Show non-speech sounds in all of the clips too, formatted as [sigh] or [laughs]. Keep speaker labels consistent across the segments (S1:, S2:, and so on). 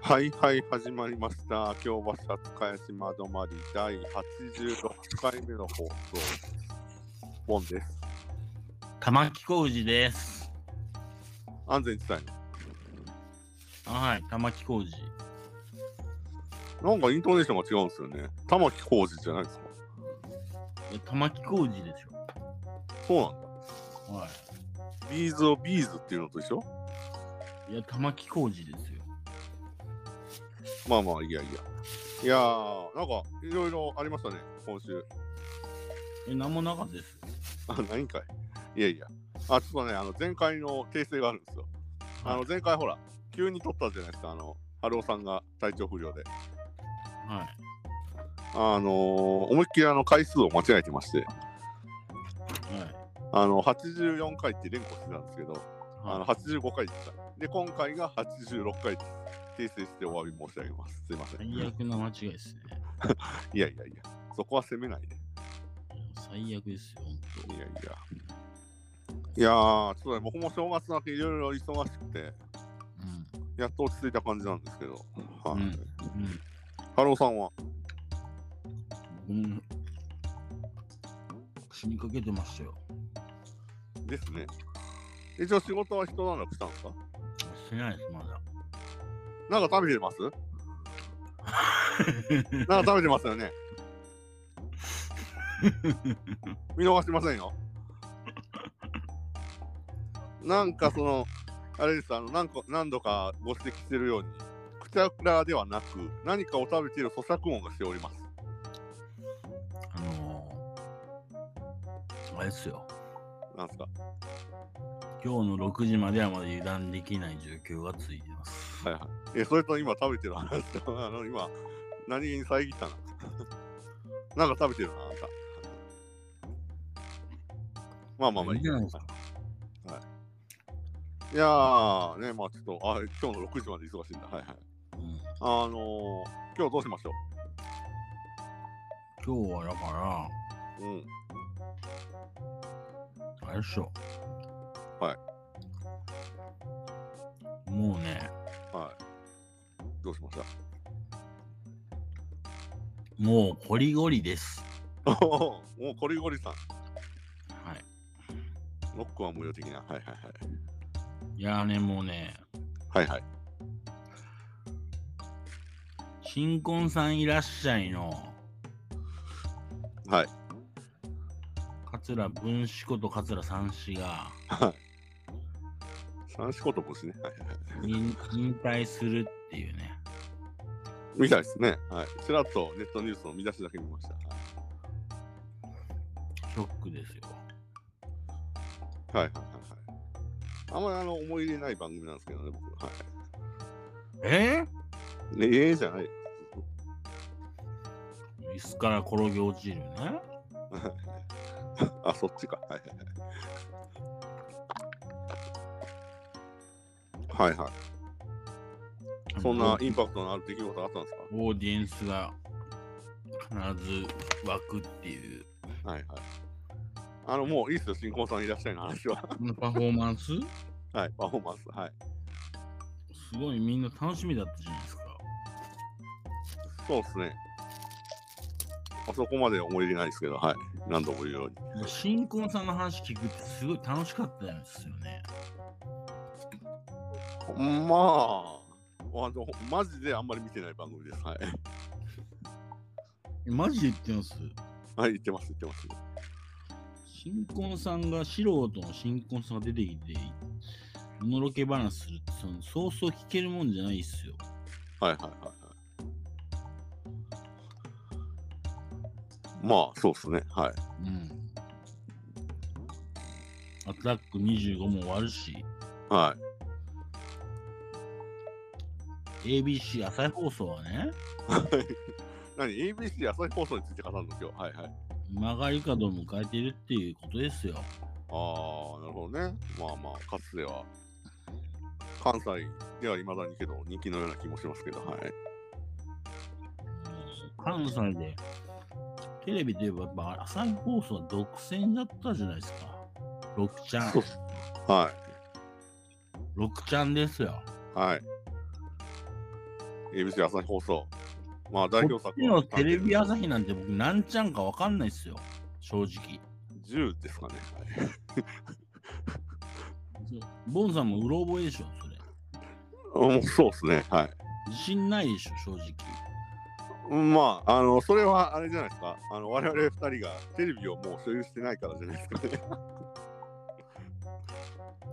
S1: はいはい始まりました京橋初返し窓まり第86回目の放送ボンです
S2: 玉木浩二です。
S1: 安全地帯
S2: はい、玉木浩二。
S1: なんかイントネーションが違うんですよね玉置浩二じゃないですか
S2: え玉木浩二でし
S1: そうなんだ
S2: ょ。は
S1: ビーズをビーズっていうのと一緒
S2: い。いや、玉木浩二ですよ。
S1: まあまあいやいやいやーなんかいろいろありましたね今週
S2: え、なんもなかったです。
S1: あ何かいいやいやあちょっとねあの前回の訂正があるんですよあの前回ほら急に撮ったじゃないですかあの春雄さんが体調不良で
S2: は
S1: あのー思いっきりあの回数を間違えてまして、
S2: い。はい。
S1: あの84回って連呼してたんですけど、あの
S2: は
S1: 85回でした。で、今回が86回です。訂正してお詫び申し上げます。すいませ
S2: い、
S1: ん。い
S2: 最悪な間違いですね。
S1: やいやいや、そこは責めないで。
S2: 最悪ですよ、
S1: いやいや。いやー、ちょっとね、僕も正月なんていろいろ忙しくて、
S2: 本
S1: やっと落ち着いた感じなんですけど、はい。
S2: うん当。うん。
S1: ハローさんは、
S2: うん。うん。死にかけてましたよ。
S1: ですね。一応仕事は一段落したんですか
S2: してないです、まだ。
S1: なんか食べてますなんか食べてますよね。見逃しませんよ。なんかその、あれです、あの何個何度かご指摘してるように、くちゃくらではなく、何かを食べている咀嚼音がしております。
S2: あのー、あれですよ。
S1: なんですか
S2: 今日の6時まではまだ油断できない状況がついてます。
S1: はいはい。え、それと今食べてる話と、 [laughs] あの今、何気に遮ったな。 [laughs] なんか食べてるな、あんた。まあまあまあ
S2: いいじゃないですか
S1: いやー、ね、まあちょっと、あ、今日の6時まで忙しいんだ。はいはい。
S2: うん
S1: あのー、今日どうしましょ
S2: 今日はだから、
S1: う。うん。
S2: あれっしょ。。
S1: はい
S2: もうね、
S1: はい。どうしまし
S2: もうこりごりです。
S1: たもう [laughs] コリゴリさん。
S2: はい。
S1: ノックは無料的な。はいはい
S2: いやーね、もうね、
S1: はい。はいはい。
S2: 新婚さんいらっしゃいの、
S1: はい。
S2: 桂文子こと桂三子が、
S1: 三四言もですね。はいはいはい。
S2: 引引退するっていうね。
S1: みたいですね。はい。ちらっとネットニュースの見出しだけ見ました。はい
S2: ショックですよ。
S1: はいはいはいはい。あんまりあの思い入れない番組なんですけどね、僕。は
S2: え
S1: い。ねええじゃない。
S2: ー、椅子から転げ落ちるね。
S1: あ、そっちか。はいはいはい。はいはい。そんなインパクトのある出来事があったんです
S2: オーディエンスが必ず湧くっていう、
S1: [laughs] かはいはい。あの、もういいっすよ、新婚さんいらっしゃいの話は。
S2: このパフォーマンス、
S1: はい、パフォーマンス。はい。
S2: すごいみんな楽しみだったじゃないですか。
S1: そうですね。あそこまで思い入れないですけど、はい。何度も言うように。
S2: もう新婚さんの話聞くってすごい楽しかったんですよね。
S1: まあ、あの、マジであんまり見てない番組です。はい。 [laughs]
S2: マジで言ってます
S1: はい、言ってます、言ってます。
S2: 新婚さんが素人の新婚さんが出てきて、おのろけ話するってその、そうそう聞けるもんじゃないっすよ。
S1: はいはいはいはい。まあ、そうですね。はい。
S2: うん。アタック25も終わるし、
S1: は
S2: ABC 朝日放送はね、
S1: い。 [laughs] 何 ?ABC 朝日放送について語るの今日。はいはい。
S2: 曲がり角を迎えてるっていうことですよ。
S1: ああ、なるほどね。まあまあ、かつては、関西ではいまだにけど、人気のような気もしますけど、はい。
S2: 関西で、テレビで言えばやっぱ朝日放送は独占だったじゃないですか。6ちゃん
S1: そう。は
S2: 6ちゃんですよ。
S1: い。はい。 ABC 朝日放送。まあ代
S2: こ
S1: 表
S2: っ
S1: 作
S2: ちのテレビ朝日なんて僕なんちゃんかわかんないっすよ。正直。
S1: 10ですかね。
S2: ボンさんもうろ覚えでしょ、それ。
S1: うん、そうですね。はい。
S2: 自信ないでしょ、正直。
S1: うんまあ、あの、それはあれじゃないですか。あの、我々二人がテレビをもう所有してないからじゃないですかね。 [laughs]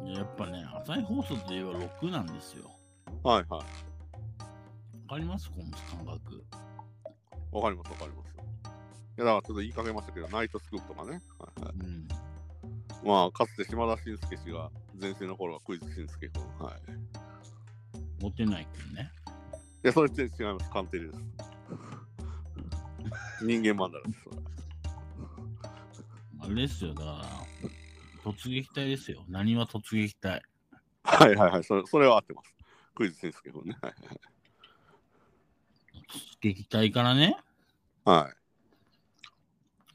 S2: いややっぱね、朝日放送といえば6なんですよ。
S1: はいはい。
S2: わかりますこの感覚。
S1: わかりますわかります。いや、だからちょっと言いかけましたけど、ナイトスクープとかね。はいはい
S2: うん。
S1: まあ、かつて島田紳介氏が前世の頃はクイズ紳介君。はい。
S2: モテないくんね。
S1: いや、それって違います。鑑定です。 [laughs] 人間マンダラです。それ
S2: あれですよ、だから、突撃隊ですよ。何は突撃隊。
S1: はいはいはい。それそれは合ってます。クイズ紳介君ね。はい
S2: 突撃隊からね、
S1: は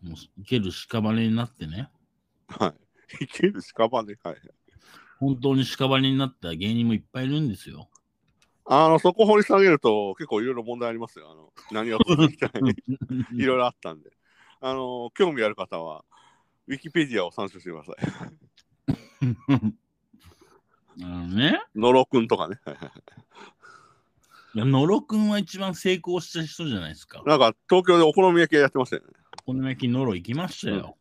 S1: い。
S2: もう行ける屍になってね、
S1: はい。いける屍、はい。
S2: 本当に屍になった芸人もいっぱいいるんですよ。
S1: あの、そこ掘り下げると結構いろいろ問題ありますよ。あの、何を続き [laughs] たい。いろいろあったんで。あの、興味ある方は、ウィキペディアを参照してください。
S2: [laughs] あのね、
S1: 野呂くんとかね。はい [laughs] はい
S2: いや野呂くんは一番成功した人じゃないですか。
S1: なんか、東京でお好み焼き屋やってましたよね。
S2: この焼き野呂行きましたよ。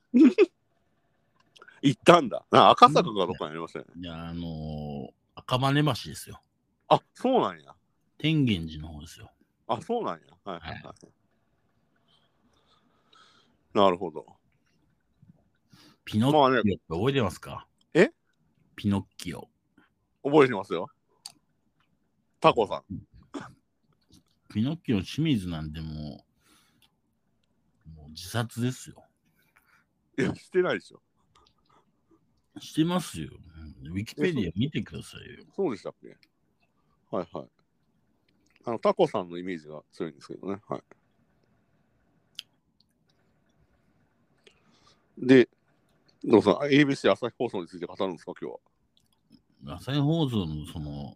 S1: 行ったんだ。なんか赤坂かどっかにありましたよね。
S2: いや、あのー赤羽橋ですよ。
S1: あ、そうなんや。
S2: 天元寺の方ですよ。
S1: あ、そうなんや。はいはいはい。なるほど。
S2: ピノッキ
S1: まあね、
S2: オって覚えてますか
S1: え
S2: ピノッキオ。
S1: 覚えてますよ。タコさん。
S2: ピノッキオの清水なんてもう、もう自殺ですよ。
S1: いや、してないでしょ。
S2: してますよ。うんウィキペディア見てくださいよ。
S1: そうでしたっけはいはい。あの、タコさんのイメージが強いんですけどね。はい。で、どうぞ、ABC 朝日放送について語るんですか、今日は。
S2: 朝日放送のその、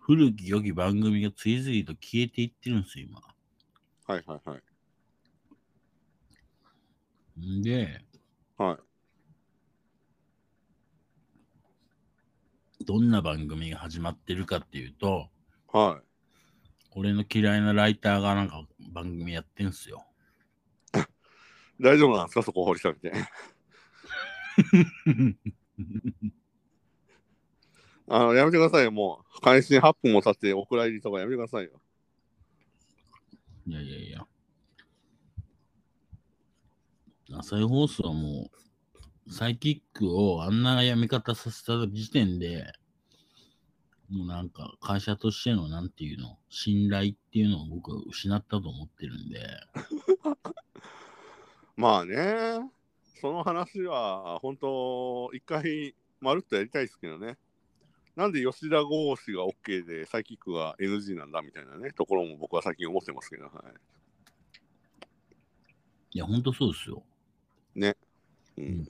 S2: 古き良き番組が次々と消えていってるんですよ、
S1: はいはいはい。
S2: 今。んで、。
S1: はい
S2: どんな番組が始まってるかっていうと、
S1: は
S2: 俺の嫌いなライターがなんか番組やってんすよ。
S1: い。大丈夫なんですか、そこ掘り下げて。あの、やめてくださいよ、もう。開始8分も経ってお蔵入りとかやめてくださいよ。
S2: いやいやいや。朝日放送はもう、サイキックをあんなやめ方させた時点で、もうなんか会社としてのなんていうの、信頼っていうのを僕は失ったと思ってるんで、
S1: まあね、その話は本当、一回まるっとやりたいですけどね。なんで吉田剛氏が OK でサイキックが NG なんだみたいなね、ところも僕は最近思ってますけど、はい。
S2: いや、ほんとそうですよ。
S1: うん。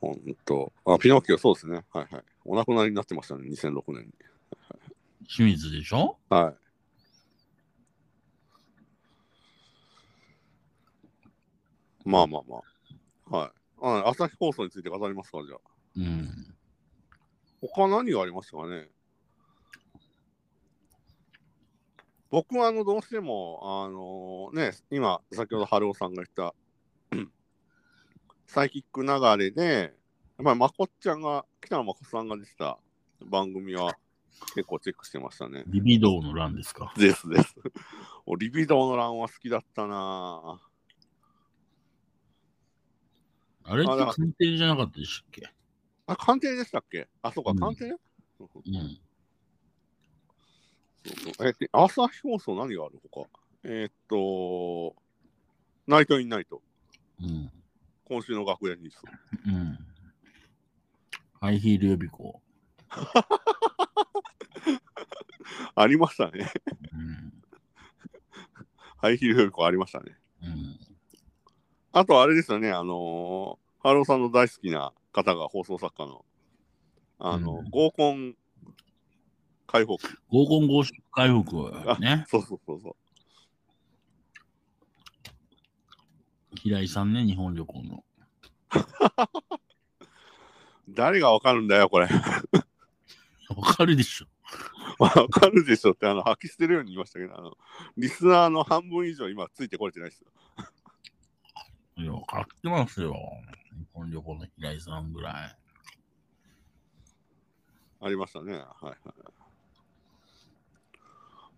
S1: 本当。あ、ピノッキオ、そうですね。はいはい。お亡くなりになってましたね、2006年に。
S2: 清水でしょ
S1: はい。まあまあまあ。はい。あ朝日放送について語りますか、じゃあ。
S2: うん。
S1: 他何がありましたかね僕はあのどうしても、あのね、今、先ほど春尾さんが言った、 [clears throat] サイキック流れで、やっぱりまこっちゃんが、北野まこさんが出てた番組は結構チェックしてましたね。
S2: ビビドーの欄ですか。
S1: ですです。 [laughs] おリビドーの欄は好きだったなぁ
S2: あれって
S1: あだから
S2: 鑑定じゃなかったでしたっけ
S1: あ、鑑定でしたっけあ、そうか
S2: う、ん
S1: 鑑定、 [laughs] そう
S2: うん。
S1: そうえで朝日放送何がある他えーっと、ナイトインナイト。
S2: うん。
S1: 今週の楽屋ニュース。
S2: うん。ハイヒール予備校。
S1: ありましたね。 [laughs]
S2: うん。
S1: ハイヒールより子ありましたね。
S2: うん。
S1: あとあれですよね、あのー、ハローさんの大好きな方が放送作家の、あの、
S2: うん
S1: 合コン解放。
S2: 合コン合宿回復ね。
S1: そうそうそうそう。
S2: 平井さんね、日本旅行の。
S1: 誰がわかるんだよ、これ。 [laughs]
S2: わかるでしょ。
S1: わかるでしょって、あの、吐き捨てるように言いましたけど、あの、リスナーの半分以上今ついてこれてないですよ。
S2: いや、わかってますよ。日本旅行の平井さんぐらい。
S1: ありましたね。はいはい。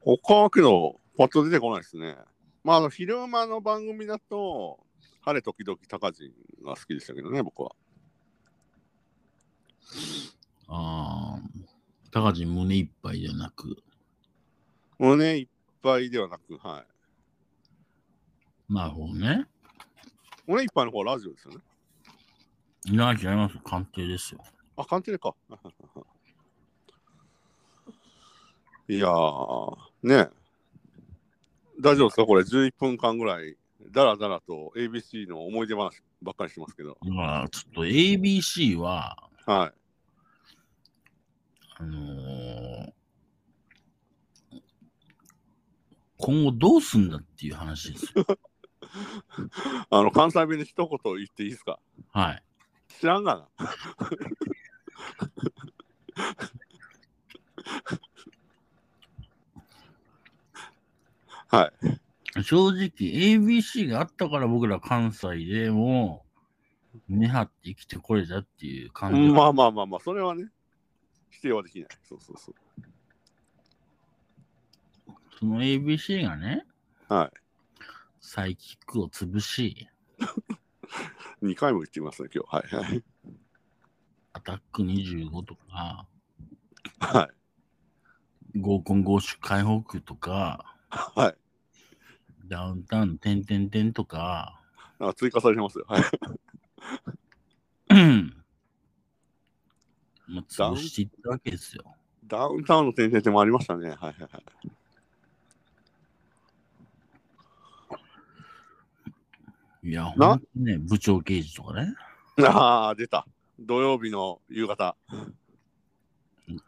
S1: 他はけど、パッと出てこないですね。まあ、あの、昼間の番組だと、晴れ時々高人が好きでしたけどね、僕は。
S2: ああ、高地胸いっぱいじゃなく、
S1: 胸いっぱいではなく、はい。
S2: なるほどね。
S1: 胸いっぱいの方はラジオですよね。
S2: いや、違います。鑑定ですよ。
S1: あ、鑑定か。 [laughs] いやー、ねえ大丈夫ですかこれ11分間ぐらい、だらだらと ABC の思い出話ばっかりしてますけど。
S2: まあ、ちょっと ABC は、
S1: は
S2: あのー今後どうすんだっていう話です
S1: [laughs]
S2: よ。
S1: い。あの、関西弁で一言言っていいですか
S2: はい。
S1: 知らんがな。 [laughs]
S2: 正直 ABC があったから僕ら関西でも根張って生きてこれたっていう感じ、
S1: まあまあまあまあ、それはね、否定はできない。そうそうそう。
S2: その ABC がね、
S1: はい
S2: サイキックを潰し、
S1: 2回も言ってますね、今日。はいはい。
S2: アタック25とか、
S1: はい。
S2: 合コン合宿解放区とか、
S1: はい。
S2: ダウンタウン点々点と
S1: [clears throat]
S2: か、
S1: なんか追加されてますよ。はい。
S2: まあ、潰していったわけですよ。
S1: ダウンタウンの先生でもありましたね。はいはいはい。
S2: いや、
S1: な
S2: ほんとね、部長刑事とかね、
S1: ああ、出た。土曜日の夕方。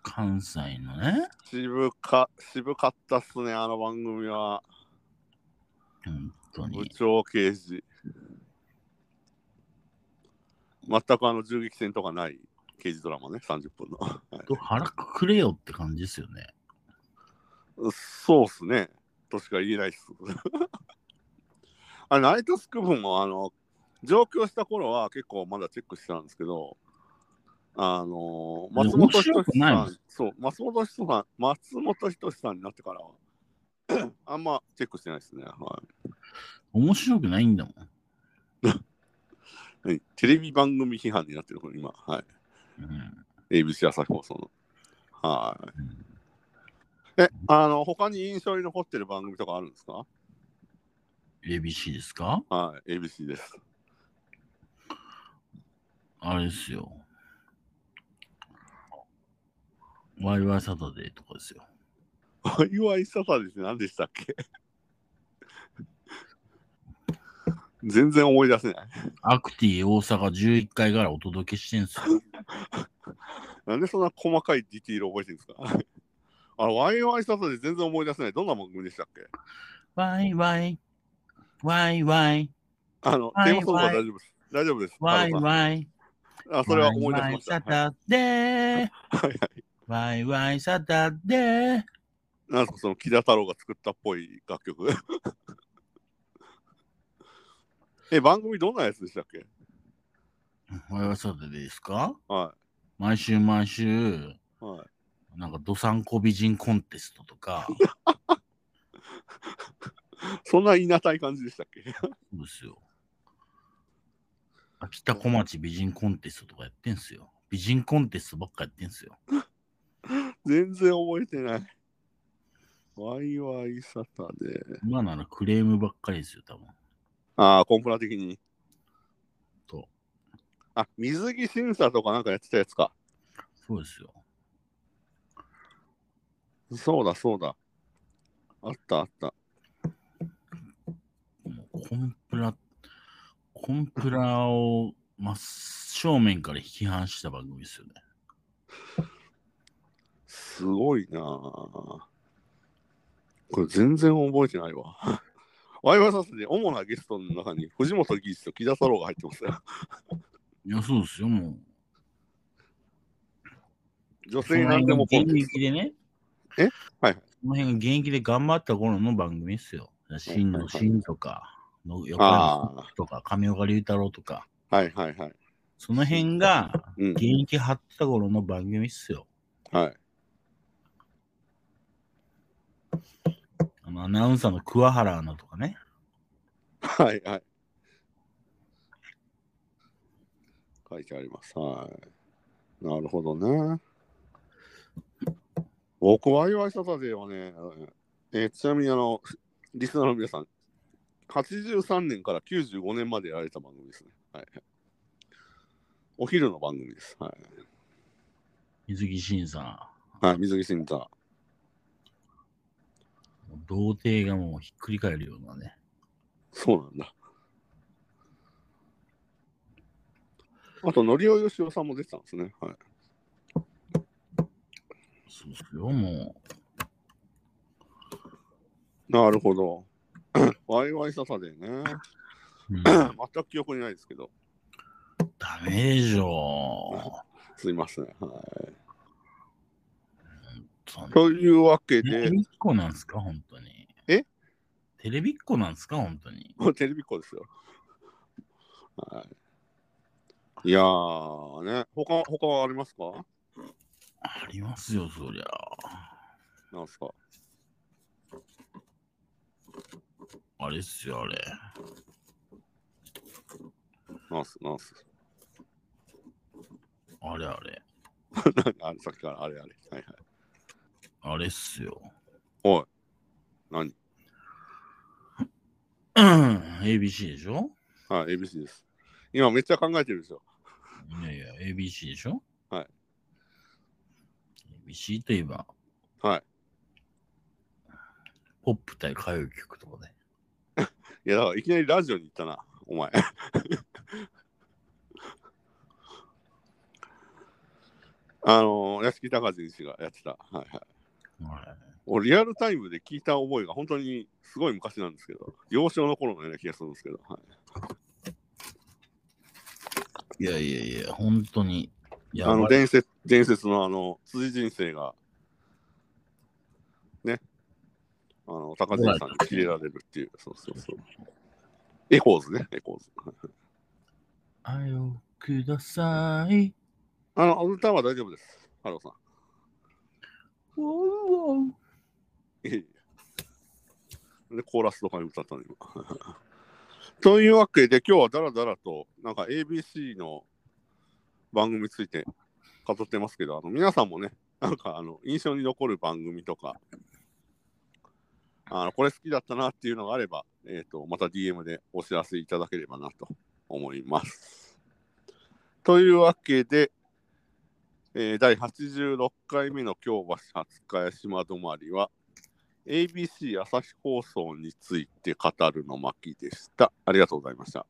S2: 関西のね、
S1: 渋か、渋かったっすね、あの番組は。
S2: 本当
S1: 部
S2: に。
S1: 長刑事。全くあの銃撃戦とかない刑事ドラマね、30分の。はい
S2: 腹くくれよって感じですよね。
S1: そうっすね。としか言えないっす。 [laughs] あナイトスクープも、あの、上京した頃は結構まだチェックしてたんですけど、あのー、
S2: でも
S1: 松本
S2: 面白
S1: 人
S2: く
S1: 志
S2: ない
S1: さ
S2: もん
S1: ん、そう、松本人志さん、松本人志さんになってからは、 [clears throat] あんまチェックしてないですね。は
S2: 面白くないんだもん。
S1: い。テレビ番組批判になってる、これ今。はい。
S2: うん、
S1: ABC 朝日放送の。はい。え、あの、他に印象に残ってる番組とかあるんですか
S2: ABC ですか
S1: はい、ABC です。
S2: あれですよ。ワイワイサタデーとかですよ。
S1: お祝いサタデーって何でしたっけ全然思い出せない。
S2: アクティ大阪11階からお届けしてんす
S1: [laughs]
S2: よ。
S1: なんでそんな細かいディティール覚えてるんですかあ、ワイワイサタデー全然思い出せない。どんな番組でしたっけ
S2: ワイワイ、ワイワイ、
S1: あの、
S2: ワ
S1: テ
S2: イ
S1: ーマソングは
S2: ワイ
S1: 大丈夫です。大丈夫です。
S2: ワイ
S1: 太郎
S2: ワ
S1: さ
S2: イ。
S1: んあ、それは思い出しました。
S2: ワイワイサタデー、
S1: はいはい。
S2: ワイワイサタデー。
S1: なんですか、その木田太郎が作ったっぽい楽曲。 [laughs] え、番組どんなやつでしたっけ
S2: ワイワイサタデーですか
S1: は
S2: 毎週毎週、
S1: い。はい、
S2: なんかどさんこ美人コンテストとか。
S1: そんないなたい感じでしたっけ [laughs]
S2: そうですよ。秋田小町美人コンテストとかやってんすよ。美人コンテストばっかやってんすよ。
S1: 全然覚えてない。ワイワイサタデー。
S2: 今ならクレームばっかりですよ、多分。
S1: ああ、コンプラ的に。
S2: と。
S1: あ、水着審査とかなんかやってたやつか。
S2: そうですよ。
S1: そうだ、そうだ。あった、あった。
S2: もうコンプラ、コンプラを真正面から批判した番組ですよね。
S1: すごいなぁこれ全然覚えてないわ。ワイワイサスで主なゲストの中に藤本技術と木田太郎が入ってますよ。
S2: いや、そうですよ、もう。
S1: 女
S2: そ
S1: 性
S2: の
S1: なん
S2: 辺
S1: で
S2: が
S1: も
S2: 現
S1: ポンです。
S2: 役でね。
S1: えはい
S2: その辺が現役で頑張った頃の番組ですよ。真
S1: はい
S2: の
S1: はい
S2: 真とか、の横山
S1: あ
S2: とか、亀岡龍太郎とか、
S1: あ、はいはいはい。
S2: その辺が
S1: うん
S2: 現、役張ってた頃の番組っすよ。
S1: はい。
S2: あのアナウンサーの桑原アナとかね。
S1: はいはい。書いてあります。はい。なるほどね。僕、ワイワイサタデーはね、えーちなみにあの、リスナーの皆さん、83年から95年までやられた番組ですね。はい。お昼の番組です。は
S2: 水木慎さ
S1: い。はい、水木慎太。
S2: ん。もう童貞がもうひっくり返るようなね。
S1: そうなんだ。あと、のりおよしおさんも出てたんですね。はい。
S2: そうっすよ、も
S1: なるほど。 [coughs] ワイワイサタデーね。
S2: う。うん
S1: [coughs]
S2: ダ
S1: 全く記憶にないですけど、
S2: メでしょ。
S1: すいません。はい、
S2: そんな
S1: というわけ
S2: テレ
S1: で、
S2: ビっ子なんですか、本当に。
S1: え
S2: テレビっ子なんですか、本当に。
S1: もうテレビっ子ですよ。はい、いやーね、他他はありますか
S2: ありますよ、そりゃ。
S1: なんすか
S2: あれっすよ、あれ。
S1: なんすなんす [laughs]
S2: あれあれ。
S1: あれさっきからあれあれ。はいはい。
S2: あれっすよ。
S1: おい、何
S2: うん ABC でしょ
S1: はい、ABC です。今めっちゃ考えてるんですよ。
S2: いやいや、ABC でしょ
S1: はい。
S2: ABC といえば、
S1: はい。
S2: ポップ対歌謡曲とかね。
S1: いや、だからいきなりラジオに行ったな、お前。 [laughs] あのー、屋敷隆人氏がやってた。はいはい。
S2: は
S1: 俺、リアルタイムで聞いた覚えが本当にすごい昔なんですけど、幼少の頃のような気がするんですけど、はい
S2: い、いやいやいや、本当に。や
S1: あの
S2: ばい。
S1: 伝説伝説のあの辻人生が、ね、あの高杉さんに切れられるっていう、そうそうそう。エコーズね、エコーズ。はい
S2: 愛をください。
S1: あの、歌は大丈夫です、ハローさ
S2: ウォウウォウ
S1: ん。いえいえ [laughs] で、コーラスとかに歌ったの、今。 [laughs] というわけで、今日はだらだらと、なんか ABC の番組について語ってますけど、あの皆さんもね、なんかあの印象に残る番組とか、あのこれ好きだったなっていうのがあれば、えーと、また DM でお知らせいただければなと思います。というわけで、えー第86回目の京橋初茅島止まりは、ABC 朝日放送について語るの巻でした。ありがとうございました。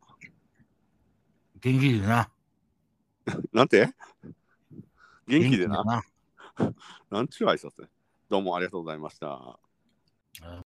S2: 元気でな。
S1: なんて元気で
S2: だ
S1: な。なんちゅう挨拶どうもありがとうございました。